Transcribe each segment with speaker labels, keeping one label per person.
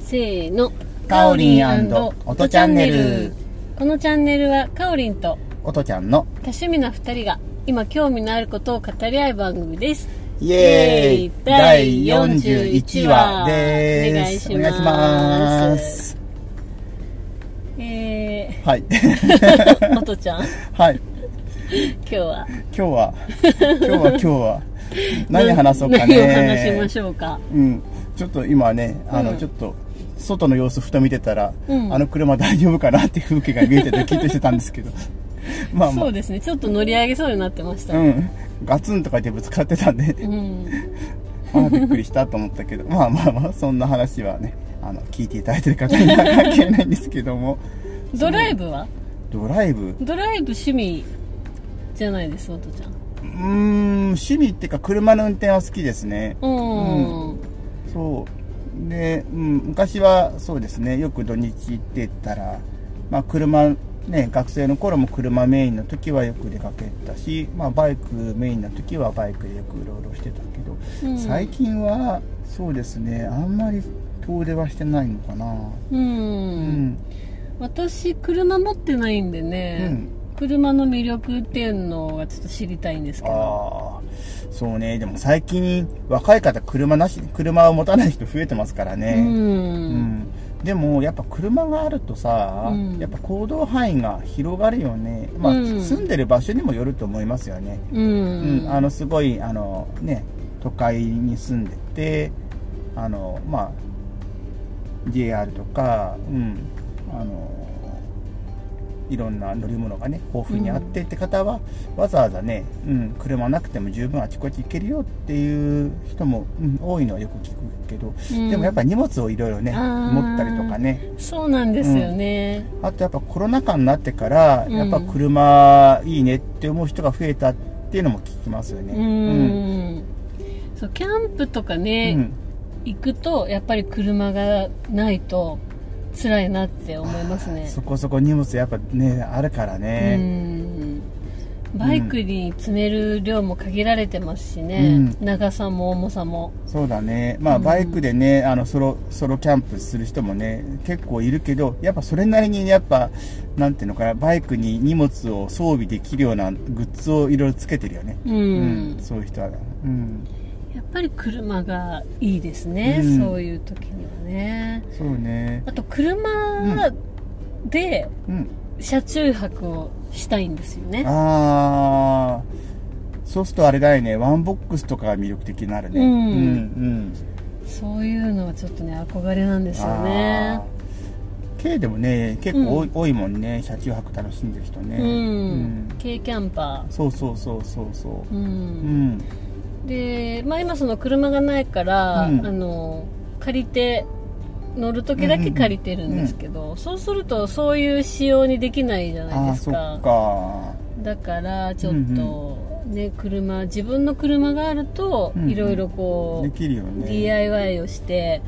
Speaker 1: せーの。
Speaker 2: かおりんおとチャンネル。
Speaker 1: このチャンネルはかおりんと
Speaker 2: おとちゃんの
Speaker 1: 多趣味な二人が今興味のあることを語り合う番組です。
Speaker 2: イエーイ第41
Speaker 1: お
Speaker 2: 話
Speaker 1: 願
Speaker 2: で
Speaker 1: い
Speaker 2: す
Speaker 1: します。
Speaker 2: お願いします
Speaker 1: え
Speaker 2: はい
Speaker 1: ー、おとちゃん、
Speaker 2: はい
Speaker 1: 今日は
Speaker 2: 今日は今日は今日 は何話そうかね
Speaker 1: 何を話しましょうか。
Speaker 2: うんちょっと今ねあの、
Speaker 1: うん
Speaker 2: ちょっと外の様子ふと見てたら、
Speaker 1: うん
Speaker 2: あの車大丈夫かなっていう風景が見えててキッとしてたんです けどまあまあ
Speaker 1: そうですね、ちょっと乗り上げそうになってました。
Speaker 2: うんガツンとかでぶつかってたんで
Speaker 1: うん
Speaker 2: まあ、びっくりしたと思ったけど まあまあまあそんな話はねあの聞いていただいてる方には関係ないんですけども
Speaker 1: ドライブは
Speaker 2: ドライブう
Speaker 1: ドライブ趣味じゃないですおとちゃん
Speaker 2: ーん趣味っていうか車の運転は好きですね
Speaker 1: うん、
Speaker 2: そうで、うん、昔はそうですねよく土日行ってたらまあ車ね学生の頃も車メインの時はよく出かけたし、まあ、バイクメインの時はバイクでよくうろうろしてたけど、
Speaker 1: うん
Speaker 2: 最近はそうですねあんまり遠出はしてないのかな
Speaker 1: うん
Speaker 2: うん
Speaker 1: 私車持ってないんでね、
Speaker 2: うん
Speaker 1: 車の魅力っていうのがちょっと知りたいんですけど
Speaker 2: ああそうねでも最近若い方車なし車を持たない人増えてますから
Speaker 1: う
Speaker 2: ね、うん
Speaker 1: ん、
Speaker 2: でもやっぱ車があるとさ、
Speaker 1: うん
Speaker 2: やっぱ行動範囲が広がるよね、まあ
Speaker 1: うん
Speaker 2: 住んでる場所にもよると思いますよね、
Speaker 1: うん
Speaker 2: うんあのすごいあのね都会に住んでてあのまあ JR とか、うん、あのいろんな乗り物がね豊富にあってって方は、わざわざね、うん、車なくても十分あちこち行けるよっていう人も、うん、多いのはよく聞くけど、
Speaker 1: うん
Speaker 2: でもやっぱ荷物をいろいろね
Speaker 1: あー
Speaker 2: 持ったりとかね
Speaker 1: そうなんですよね、
Speaker 2: あとやっぱコロナ禍になってから、
Speaker 1: うん
Speaker 2: やっぱ車いいねって思う人が増えたっていうのも聞きますよね。
Speaker 1: うんそうキャンプとかね、
Speaker 2: うん
Speaker 1: 行くとやっぱり車がないと辛いなって思いますね
Speaker 2: そこそこ荷物やっぱねあるから
Speaker 1: う
Speaker 2: ね、
Speaker 1: んバイクに詰める量も限られてますしね、
Speaker 2: う
Speaker 1: 長さも重さも
Speaker 2: そうだねまあ、
Speaker 1: うん
Speaker 2: バイクでねあのソロソロキャンプする人もね結構いるけどやっぱそれなりにやっぱなんていうのかなバイクに荷物を装備できるようなグッズをいろいろつけてるよね、
Speaker 1: うん、
Speaker 2: うんそういう人はうん
Speaker 1: やっぱり車がいいですね、
Speaker 2: うん
Speaker 1: そういう時にはね
Speaker 2: そうね
Speaker 1: あと車で
Speaker 2: うん
Speaker 1: 車中泊をしたいんですよね、
Speaker 2: ああそうするとあれだよねワンボックスとかが魅力的になるね
Speaker 1: うん
Speaker 2: うんうん
Speaker 1: そういうのはちょっとね憧れなんですよね
Speaker 2: あー K でもね結構多い,、多いもんね車中泊楽しんでる人ね、
Speaker 1: うん、
Speaker 2: うん
Speaker 1: 軽キャンパ
Speaker 2: そうそうそうそうそ
Speaker 1: ーう、
Speaker 2: ううんん
Speaker 1: で、まあ、今その車がないから、
Speaker 2: うん
Speaker 1: あの借りて乗る時だけ借りてるんですけど、そうするとそういう仕様にできないじゃない
Speaker 2: ああ
Speaker 1: です
Speaker 2: そっ
Speaker 1: か
Speaker 2: か
Speaker 1: だからちょっと、ね車自分の車があると、
Speaker 2: うんうん
Speaker 1: いろいろこ
Speaker 2: で
Speaker 1: う、
Speaker 2: きるよね
Speaker 1: DIY をして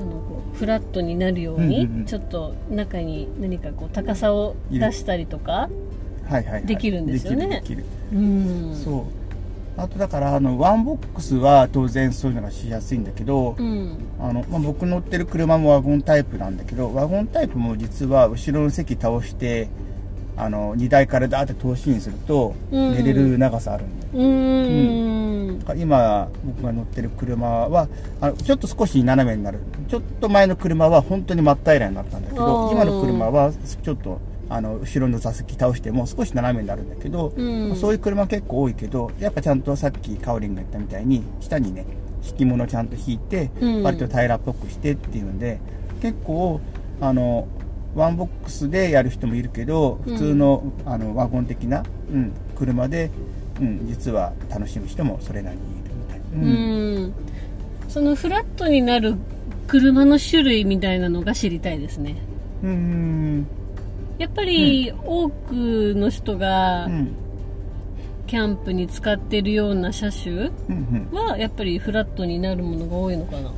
Speaker 1: あのこうフラットになるように、
Speaker 2: うんうんうん
Speaker 1: ちょっと中に何かこう高さを出したりとか、
Speaker 2: はいはい、はい、
Speaker 1: できるんですよね
Speaker 2: できるできる、
Speaker 1: うん、
Speaker 2: そうあとだからあのワンボックスは当然そういうのがしやすいんだけど、
Speaker 1: うん、
Speaker 2: あのまあ、僕乗ってる車もワゴンタイプなんだけどワゴンタイプも実は後ろの席倒してあの荷台からダーって投資にすると
Speaker 1: うん
Speaker 2: 寝れる長さあるんだよ
Speaker 1: うーん
Speaker 2: だから今僕が乗ってる車はあのちょっと少し斜めになるちょっと前の車は本当に真っ平らになったんだけ
Speaker 1: あー
Speaker 2: ど今の車はちょっとあの後ろの座席倒しても少し斜めになるんだけど、
Speaker 1: うん
Speaker 2: そういう車結構多いけどやっぱちゃんとさっきかおりんが言ったみたいに下にね引き物ちゃんと引いて
Speaker 1: うん
Speaker 2: 割と平らっぽくしてっていうので、結構あのワンボックスでやる人もいるけど普通の,、あのワゴン的な、うん、車で、うん、実は楽しむ人もそれなりにいるみたい、
Speaker 1: う、ん、そのフラットになる車の種類みたいなのが知りたいですね
Speaker 2: うんうん
Speaker 1: やっぱり多くの人が
Speaker 2: うん
Speaker 1: キャンプに使ってるような車種
Speaker 2: うんうん
Speaker 1: はやっぱりフラットになるものが多いのかな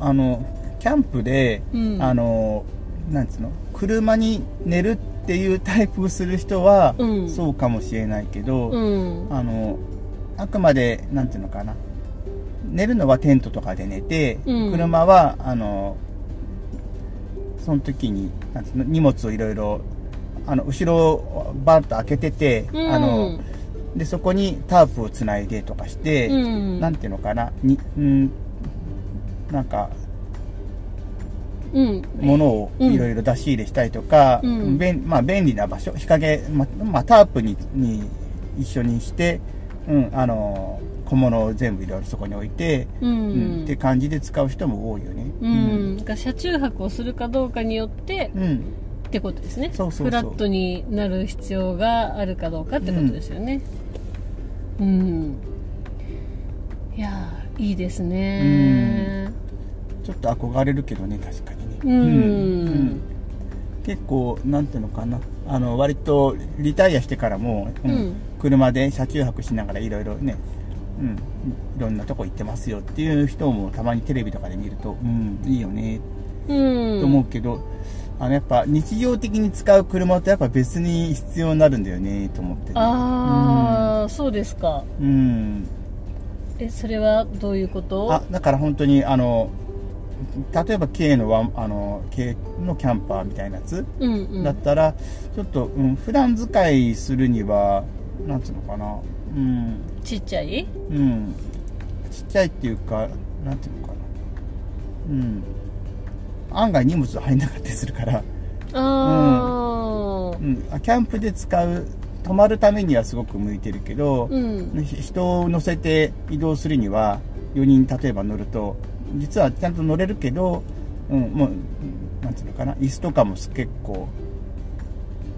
Speaker 2: あのキャンプで、
Speaker 1: うん
Speaker 2: あのなんつうの車に寝るっていうタイプをする人は、
Speaker 1: うん
Speaker 2: そうかもしれないけど、
Speaker 1: うん
Speaker 2: あのあくまでなんていうのかな寝るのはテントとかで寝て、
Speaker 1: うん
Speaker 2: 車はあのその時になんていうの荷物をいろいろあの後ろをバーッと開けてて、
Speaker 1: うん
Speaker 2: あのでそこにタープをつないでとかして、
Speaker 1: うん
Speaker 2: なんていうのかなに、うん、なんか
Speaker 1: うん
Speaker 2: 物をいろいろ出し入れしたりとか、
Speaker 1: うん
Speaker 2: 便まあ、便利な場所日陰、ままあ、タープにに一緒にして、うん、あの小物を全部いろいろそこに置いて、
Speaker 1: う
Speaker 2: うん
Speaker 1: ん
Speaker 2: って感じで使う人も多いよね。
Speaker 1: うん、だから車中泊をするかどうかによって
Speaker 2: うんうん
Speaker 1: ってことですね
Speaker 2: そうそうそう
Speaker 1: フラットになる必要があるかどうかってことですよねうん、いやーいいですね
Speaker 2: ちょっと憧れるけどね確かにね、
Speaker 1: うん
Speaker 2: うん結構なんていうのかなあの割とリタイアしてからも、うん
Speaker 1: うん
Speaker 2: 車で車中泊しながらいろいろね、うん、いろんなとこ行ってますよっていう人もたまにテレビとかで見ると、うん、いいよね
Speaker 1: うん
Speaker 2: と思うけど、あのやっぱ日常的に使う車とやっぱ別に必要になるんだよねと思ってね、
Speaker 1: ああ、そうですか
Speaker 2: うん、
Speaker 1: えそれはどういうこと
Speaker 2: あだから本当にあの例えば K のワンあの K のキャンパーみたいなやつ、
Speaker 1: うんうん
Speaker 2: だったらちょっと、うん、普段使いするにはなんつうのかなうん
Speaker 1: ちっちゃい
Speaker 2: うんちっちゃいっていうかなんていうのかなうん案外荷物入んなかったりするから、
Speaker 1: ああ
Speaker 2: うん、あキャンプで使う泊まるためにはすごく向いてるけど、
Speaker 1: うん
Speaker 2: ひ人を乗せて移動するには4人例えば乗ると実はちゃんと乗れるけど、うん、もううんなんていうのかな椅子とかも結構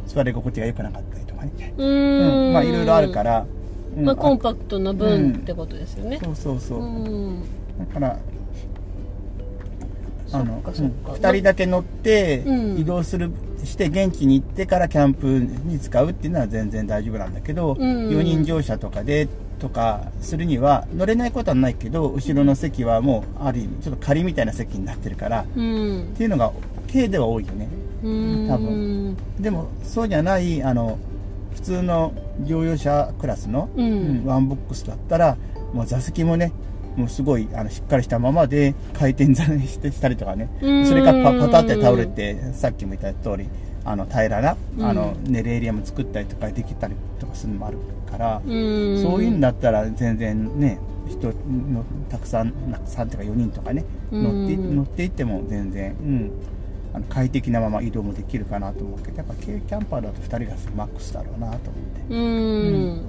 Speaker 2: 座り心地が良くなかったりとかね、
Speaker 1: う
Speaker 2: うん
Speaker 1: ん、、
Speaker 2: まあいろいろあるからら、うん
Speaker 1: まあ、コン
Speaker 2: あ
Speaker 1: パクトな分ってことですよね
Speaker 2: そうそうそうう、
Speaker 1: ん
Speaker 2: だからあの
Speaker 1: そっかそっか
Speaker 2: 2人だけ乗って
Speaker 1: うん
Speaker 2: 移動する、して現地に行ってからキャンプに使うっていうのは全然大丈夫なんだけど、
Speaker 1: うん
Speaker 2: 4人乗車とかでとかするには乗れないことはないけど後ろの席はもうある意味ちょっと仮みたいな席になってるからっ
Speaker 1: うん
Speaker 2: ていうのが軽では多いよね
Speaker 1: うん
Speaker 2: 多分でもそうじゃないあの普通の乗用車クラスの、
Speaker 1: うん
Speaker 2: うんワンボックスだったらもう座席もねもうすごいあのしっかりしたままで回転座にしてしたりとかね
Speaker 1: うん
Speaker 2: それがパパタって倒れてさっきも言った通りあの平らな、
Speaker 1: うん
Speaker 2: あの寝るエリアも作ったりとかできたりとかするのもあるから、
Speaker 1: うん
Speaker 2: そういうんだったら全然ね人のたくさんたくさんとか4人とかね乗って,、
Speaker 1: うん
Speaker 2: 乗っていっても全然、うん、あの快適なまま移動もできるかなと思うけどやっぱ軽キャンパーだと2人がマックスだろうなと思って。
Speaker 1: う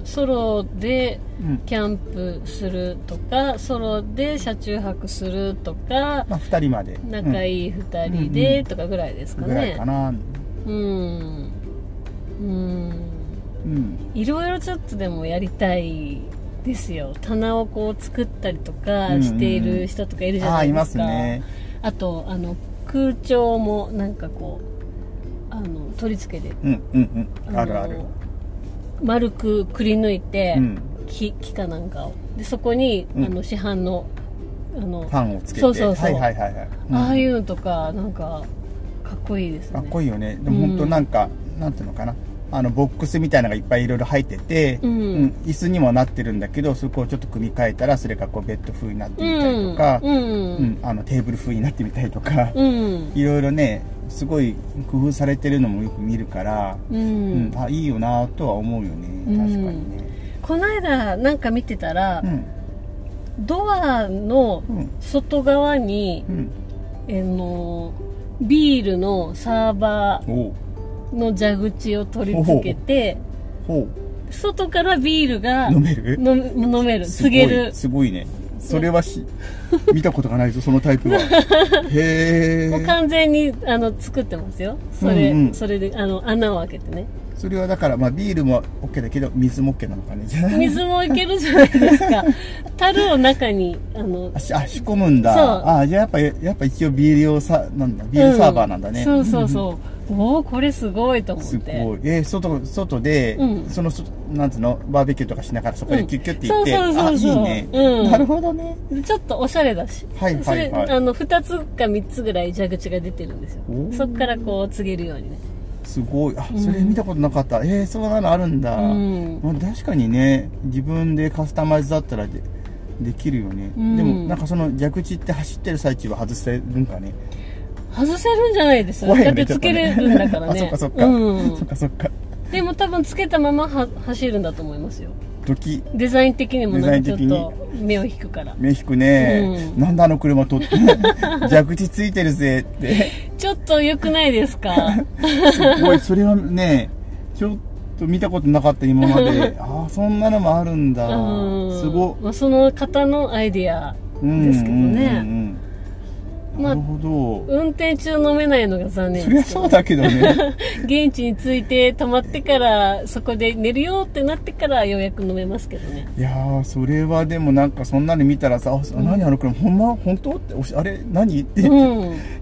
Speaker 1: んソロで
Speaker 2: うん
Speaker 1: キャンプするとかソロで車中泊するとか
Speaker 2: まあ、2人まで
Speaker 1: 仲いい2人でとかぐらいです
Speaker 2: うん
Speaker 1: か
Speaker 2: ぐらい
Speaker 1: ね
Speaker 2: かな、
Speaker 1: うんうん
Speaker 2: うん、
Speaker 1: いろいろちょっとでもやりたいですよ棚をこう作ったりとか
Speaker 2: うんうん
Speaker 1: している人とかいるじゃ
Speaker 2: ああ
Speaker 1: ないいで
Speaker 2: ますす
Speaker 1: か、
Speaker 2: ね
Speaker 1: あとあの空調もなんかこうあの取り付けで
Speaker 2: うんうんうんあるある
Speaker 1: の丸くくり抜いて、
Speaker 2: うん
Speaker 1: 木木かなんかをでそこに、
Speaker 2: うん
Speaker 1: あの市販のあの
Speaker 2: ファンをつけて
Speaker 1: そうそうそう
Speaker 2: はいはいはいはい、うん
Speaker 1: ああいうのとかなんかかっこいいですね
Speaker 2: かっこ
Speaker 1: いい
Speaker 2: いいよねでも本当なんか、なんていうのかなあのボックスみたいなのがいっぱいいろいろ入ってて、
Speaker 1: うん
Speaker 2: 椅子にもなってるんだけどそこをちょっと組み替えたらそれがこうベッド風になってみたりとか、
Speaker 1: うんうん
Speaker 2: うんあのテーブル風になってみたりとか、
Speaker 1: うん
Speaker 2: いろいろねすごい工夫されてるのもよく見るから、
Speaker 1: う
Speaker 2: うん
Speaker 1: ん
Speaker 2: あいいよなとは思うよね確かにね、
Speaker 1: この間なんか見てたら、
Speaker 2: うん
Speaker 1: ドアの
Speaker 2: うん
Speaker 1: 外側に
Speaker 2: う、ん
Speaker 1: あのビールのサーバ
Speaker 2: おう
Speaker 1: ーの蛇口を取り付けて
Speaker 2: ほ
Speaker 1: 外からビールが
Speaker 2: う飲める
Speaker 1: の飲める
Speaker 2: す
Speaker 1: すげ
Speaker 2: げる
Speaker 1: る
Speaker 2: すごいねそれはし見たことがないぞそのタイプ はへ
Speaker 1: もう
Speaker 2: え
Speaker 1: 完全にあの作ってますよそれ、
Speaker 2: うんうん
Speaker 1: それであの穴を開けてね
Speaker 2: それはだから、まあ、ビールも OK だけど水も OK なのかね
Speaker 1: 水もいけるじゃないです か樽を中にあの
Speaker 2: あしあ仕込むんだ
Speaker 1: そう
Speaker 2: あじゃあやっぱやっぱ一応ビール用さなんだビールサーバーなんだね、
Speaker 1: うそうそうそうおおこれすごいと思っ
Speaker 2: すごい
Speaker 1: て
Speaker 2: えー外外で、
Speaker 1: うん
Speaker 2: そのそなんつうのバーベキューとかしながらそこでキュッキュッて行って、
Speaker 1: うんそうそうそうそう
Speaker 2: あいいね、
Speaker 1: うん
Speaker 2: なるほどね
Speaker 1: ちょっとおしゃれだし、
Speaker 2: はいはいはい
Speaker 1: それあの2つか3つぐらい蛇口が出てるんですよ
Speaker 2: おー
Speaker 1: そっからこう告げるようにね
Speaker 2: すごいあ
Speaker 1: うん
Speaker 2: それ見たことなかった、えー、そんなのあるんだ、
Speaker 1: うん
Speaker 2: まあ、確かにね自分でカスタマイズだったらでできるよね、
Speaker 1: うん
Speaker 2: でもなんかその蛇口って走ってる最中は外せるんかね
Speaker 1: 外せるんじゃないです
Speaker 2: 怖い
Speaker 1: だ
Speaker 2: よ
Speaker 1: っ
Speaker 2: ね
Speaker 1: て
Speaker 2: ちょ
Speaker 1: つ
Speaker 2: っと
Speaker 1: けれ
Speaker 2: ね
Speaker 1: るんだからね
Speaker 2: あそっかそっか、
Speaker 1: うん
Speaker 2: そっかそっか
Speaker 1: でも多分つけたままは走るんだと思いますよ
Speaker 2: ドキ
Speaker 1: デザイン的にもなんかちょっ
Speaker 2: デザイン
Speaker 1: と目を引くから
Speaker 2: 目引くね、
Speaker 1: うん
Speaker 2: なんだあの 車と蛇口ついてるぜって
Speaker 1: ちょっと良くないですか
Speaker 2: すごいそれはねちょっと見たことなかった今 までああそんなの もあるんだ、
Speaker 1: うん
Speaker 2: すごっ
Speaker 1: まあ、その方のアイディア
Speaker 2: うん
Speaker 1: ですけどね
Speaker 2: うんうんうん
Speaker 1: ま
Speaker 2: な
Speaker 1: あ
Speaker 2: るほど、
Speaker 1: 運転中飲めないのが残念
Speaker 2: そり
Speaker 1: で
Speaker 2: ゃ
Speaker 1: す
Speaker 2: そうだけどね
Speaker 1: 現地に着いて泊まってからそこで寝るよってなってからようやく飲めますけどね
Speaker 2: いやーそれはでもなんかそんなの見たらさ「あそ何あの車ほんま本当?」っておし「あれ何?」って
Speaker 1: う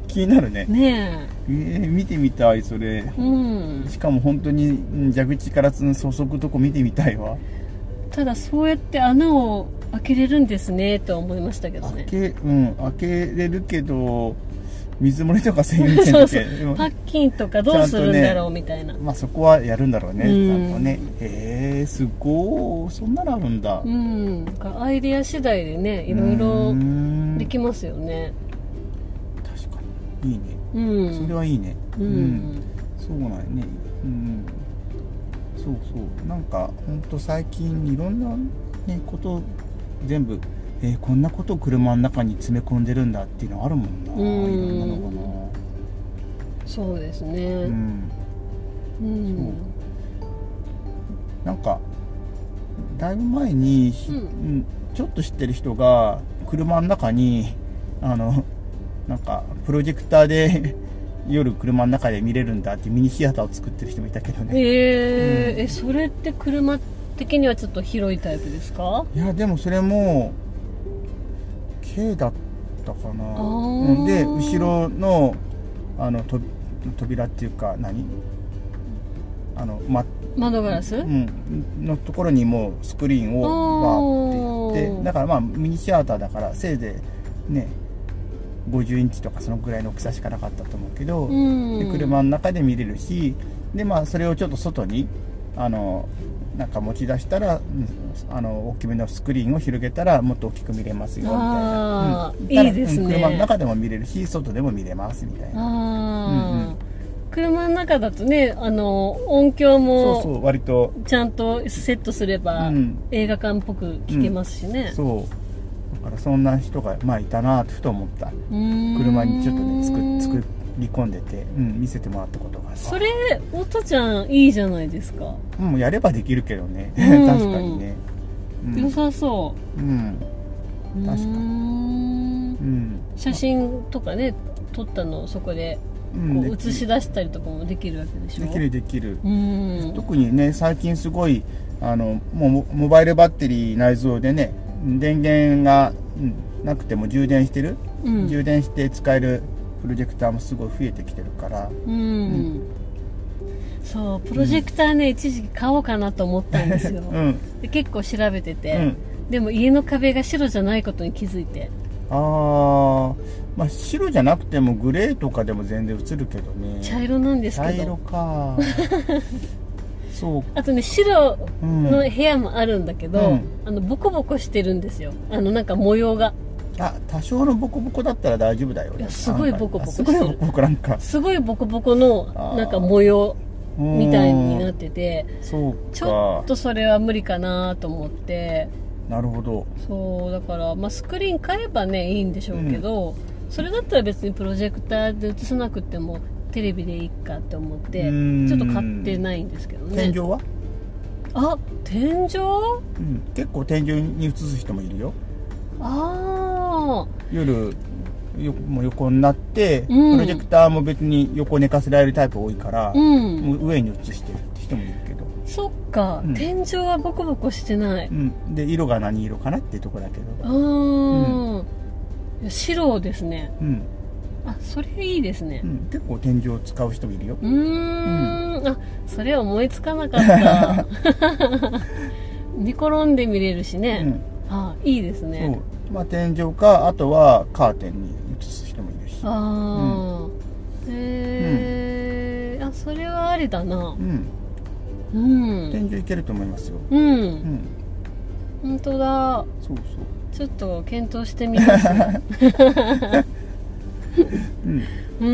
Speaker 2: 気になるね
Speaker 1: んね
Speaker 2: えー見てみたいそれ
Speaker 1: えうん
Speaker 2: しかも本当にうん蛇口からつん注ぐとこ見てみたいわ
Speaker 1: ただそうやって穴を開けれるんですねとは思いましたけど
Speaker 2: 開
Speaker 1: ね
Speaker 2: けうん開けれるけど水漏れとかせんようにせん
Speaker 1: そ
Speaker 2: と
Speaker 1: う
Speaker 2: け
Speaker 1: そう
Speaker 2: でも
Speaker 1: パッキンとかどうするんだろうみたいな、
Speaker 2: まあそこはやるんだろうね
Speaker 1: うん
Speaker 2: ちゃんとねへえすごいそんなのあるんだ
Speaker 1: うんなんかアイディア次第でねいろいろ
Speaker 2: うん
Speaker 1: できますよね
Speaker 2: 確かにいいね
Speaker 1: うん
Speaker 2: それはいいね
Speaker 1: うん、
Speaker 2: そうなんやねうんそうそうなんかほんと最近いろんな、ね、こと全部えーこんなことを車の中に詰め込んでるんだっていうのあるもんな
Speaker 1: うん
Speaker 2: いろんなのか
Speaker 1: そうです
Speaker 2: なう
Speaker 1: ね
Speaker 2: ん
Speaker 1: うん、
Speaker 2: なんかだいぶ前に、
Speaker 1: うん
Speaker 2: うんちょっと知ってる人が車の中にあのなんかプロジェクターで夜車の中で見れるんだってミニシアターを作ってる人もいたけどね
Speaker 1: えー
Speaker 2: うん
Speaker 1: えそれって車的にはちょっと広いタイプですか
Speaker 2: いやでもそれも K だったかな
Speaker 1: ー
Speaker 2: うんで後ろのあのと扉っていうか何あの、ま
Speaker 1: 窓ガラス、
Speaker 2: うん、のところにもうスクリーンをバーってやっ
Speaker 1: お
Speaker 2: て
Speaker 1: ー
Speaker 2: だからまあミニシアターだからせいぜいね50インチとかそのぐらいの大きさしかなかったと思うけど、
Speaker 1: うん
Speaker 2: で車の中で見れるしで、まあ、それをちょっと外にあのなんか持ち出したらうんあの大きめのスクリーンを広げたらもっと大きく見れますよみたいな,、
Speaker 1: あー
Speaker 2: うんだから
Speaker 1: いいですね
Speaker 2: うん車の中でも見れるし外でも見れますみたいな
Speaker 1: ああ、
Speaker 2: うんうん
Speaker 1: 車の中だとねあの音響
Speaker 2: そうそ
Speaker 1: も
Speaker 2: う割と
Speaker 1: ちゃんとセットすれば、
Speaker 2: うん
Speaker 1: 映画館っぽく聴けますしね、
Speaker 2: そうだからそんな人が、まあ、いたなとふと思った
Speaker 1: うーん
Speaker 2: 車にちょっとね作作り込んでて、うん、見せてもらったことが
Speaker 1: それおとちゃんいいじゃないですか、
Speaker 2: うんやればできるけどね、
Speaker 1: うん
Speaker 2: 確かにねうん
Speaker 1: 良さそ
Speaker 2: うん
Speaker 1: う
Speaker 2: 確かに
Speaker 1: うーん
Speaker 2: うん
Speaker 1: 写真とかね撮ったのをそこで
Speaker 2: うん
Speaker 1: こ
Speaker 2: で
Speaker 1: う
Speaker 2: き
Speaker 1: 映し出したりとかもできるわけでしょ
Speaker 2: できるできる、
Speaker 1: うん
Speaker 2: 特にね最近すごいあのもうモモバイルバッテリー内蔵でね電源が、うんなくても充電してる、
Speaker 1: うん
Speaker 2: 充電して使えるプロジェクターもすごい増えてきてるから
Speaker 1: うんそうプロジェクターね、一時期買おうかなと思ったんですよ、
Speaker 2: うん
Speaker 1: で結構調べてて、
Speaker 2: うん
Speaker 1: でも家の壁が白じゃないことに気づいて
Speaker 2: あーまあ白じゃなくてもグレーとかでも全然映るけどね
Speaker 1: 茶色なんです
Speaker 2: 茶
Speaker 1: け
Speaker 2: 色
Speaker 1: ど
Speaker 2: かそう
Speaker 1: あとね白
Speaker 2: うん
Speaker 1: の部屋もあるんだけど、
Speaker 2: うん
Speaker 1: あのボコボコしてるんですよあのなんか模様が
Speaker 2: あ多少のボコボコだったら大丈夫だよ
Speaker 1: いやすごいボコボコ
Speaker 2: あすごい
Speaker 1: してる
Speaker 2: ボコボコなんか
Speaker 1: すごいボコボコの
Speaker 2: あー
Speaker 1: なんか模様みたいになっ
Speaker 2: うん
Speaker 1: てて
Speaker 2: そうか
Speaker 1: ちょっとそれは無理かなと思って
Speaker 2: なるほど
Speaker 1: そうだから、まあ、スクリーン買えばねいいんでしょうけど、それだったら別にプロジェクターで映さなくてもテレビでいいかって思って
Speaker 2: うん
Speaker 1: ちょっと買ってないんですけどね
Speaker 2: 天井は、
Speaker 1: あ天井
Speaker 2: うん、結構天井に映す人もいるよ
Speaker 1: ああ
Speaker 2: 夜よもう横になって、
Speaker 1: うん
Speaker 2: プロジェクターも別に横寝かせられるタイプ多いから、
Speaker 1: うん
Speaker 2: もう上に映してるって人もいるけど、
Speaker 1: そっか、
Speaker 2: うん
Speaker 1: 天井はボコボコしてない、
Speaker 2: うん、で色が何色かなっていうところだけど
Speaker 1: あーいや白ですね
Speaker 2: うん、
Speaker 1: あそれいいですね
Speaker 2: うん、結構天井を使う人もいるよ
Speaker 1: うーんあそれ思いつかなかった 寝転んで見れるしね、あいいです
Speaker 2: うん、そ
Speaker 1: ね
Speaker 2: うまあ天井かあとはカーテンに映す人もいるし
Speaker 1: ああへえ、あそれはありだな
Speaker 2: うん
Speaker 1: うん
Speaker 2: 天井いけると思いますよ
Speaker 1: う
Speaker 2: うんん
Speaker 1: 本当だ
Speaker 2: そうそう
Speaker 1: ちょっと検討してみますう
Speaker 2: うんそう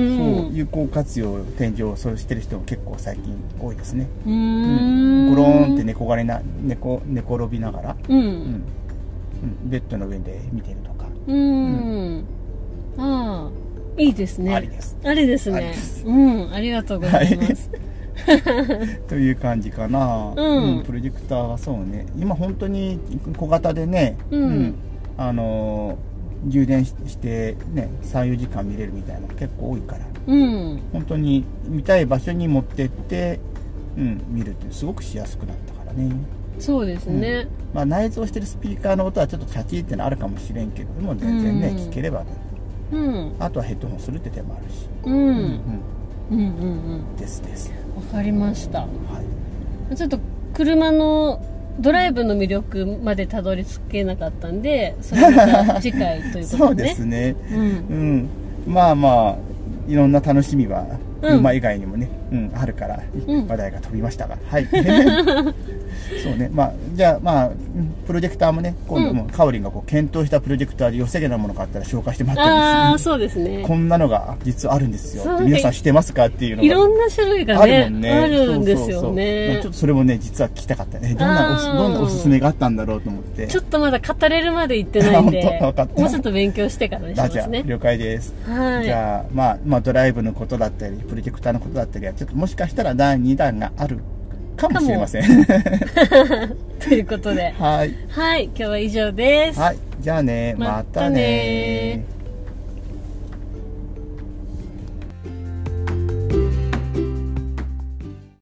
Speaker 2: ん有効活用天井をそうしてる人も結構最近多いですね、
Speaker 1: うー
Speaker 2: うん
Speaker 1: ん
Speaker 2: ゴローンって寝転がりな寝こ寝転びながら、
Speaker 1: う
Speaker 2: うんんうん、ベッドの上で見てるとか、
Speaker 1: うんああいいですね
Speaker 2: ありです
Speaker 1: ありです
Speaker 2: あり
Speaker 1: ね
Speaker 2: です
Speaker 1: うんありがとうございます
Speaker 2: という感じかな、
Speaker 1: うん
Speaker 2: プロジェクターはそうね今本当に小型でね、
Speaker 1: うん
Speaker 2: あのー充電ししてね34時間見れるみたいなの結構多いから
Speaker 1: うん
Speaker 2: 本当に見たい場所に持ってって、うん、見るってすごくしやすくなったからね、
Speaker 1: そうですね
Speaker 2: まあ、内蔵してるスピーカーの音はちょっとキャチーってのあるかもしれんけども全然ね、
Speaker 1: うん
Speaker 2: 聞ければね
Speaker 1: うん
Speaker 2: あとはヘッドホンするって手もあるし、
Speaker 1: うんう
Speaker 2: うん
Speaker 1: うんうん
Speaker 2: んですです、
Speaker 1: わかりました
Speaker 2: はい、
Speaker 1: ちょっと車のドライブの魅力までたどり着けなかったんでそれはまた次回というこ
Speaker 2: そ
Speaker 1: と
Speaker 2: う
Speaker 1: で
Speaker 2: です
Speaker 1: ね
Speaker 2: ね
Speaker 1: うん
Speaker 2: うん、まあまあいろんな楽しみは
Speaker 1: うん
Speaker 2: 馬以外にもね、うんあるから
Speaker 1: うん
Speaker 2: 話題が飛びましたが、はい そうねまあじゃあまあうんプロジェクターもね今度もかおりんがこう検討したプロジェクターで良さげなものがあったら紹介してもらった
Speaker 1: あ
Speaker 2: ん
Speaker 1: あ
Speaker 2: です、
Speaker 1: そうですね
Speaker 2: こんなのが実はあるんですよ
Speaker 1: そう
Speaker 2: って皆さん知ってますかっていうのが
Speaker 1: いろんな種類が
Speaker 2: ある
Speaker 1: ね
Speaker 2: もんね
Speaker 1: あるんです
Speaker 2: そうそうそ
Speaker 1: よ
Speaker 2: う
Speaker 1: ね
Speaker 2: ちょっとそれもね実は聞きたかったねどんなおす
Speaker 1: あー
Speaker 2: どんなおすすめがあったんだろうと思って
Speaker 1: ちょっとまだ語れるまで行ってないん
Speaker 2: 本
Speaker 1: で
Speaker 2: 当わかった
Speaker 1: もうちょっと勉強してからにしま
Speaker 2: あじゃ
Speaker 1: す
Speaker 2: あ
Speaker 1: ね
Speaker 2: 了解です
Speaker 1: はい
Speaker 2: じゃあ、まあ、まあドライブのことだったりプロジェクターのことだったりはちょっともしかしたら第2弾があるかもしれません
Speaker 1: ということで
Speaker 2: はい
Speaker 1: はい今日は以上です
Speaker 2: はいじゃあね
Speaker 1: ま
Speaker 2: ま
Speaker 1: たね
Speaker 2: たね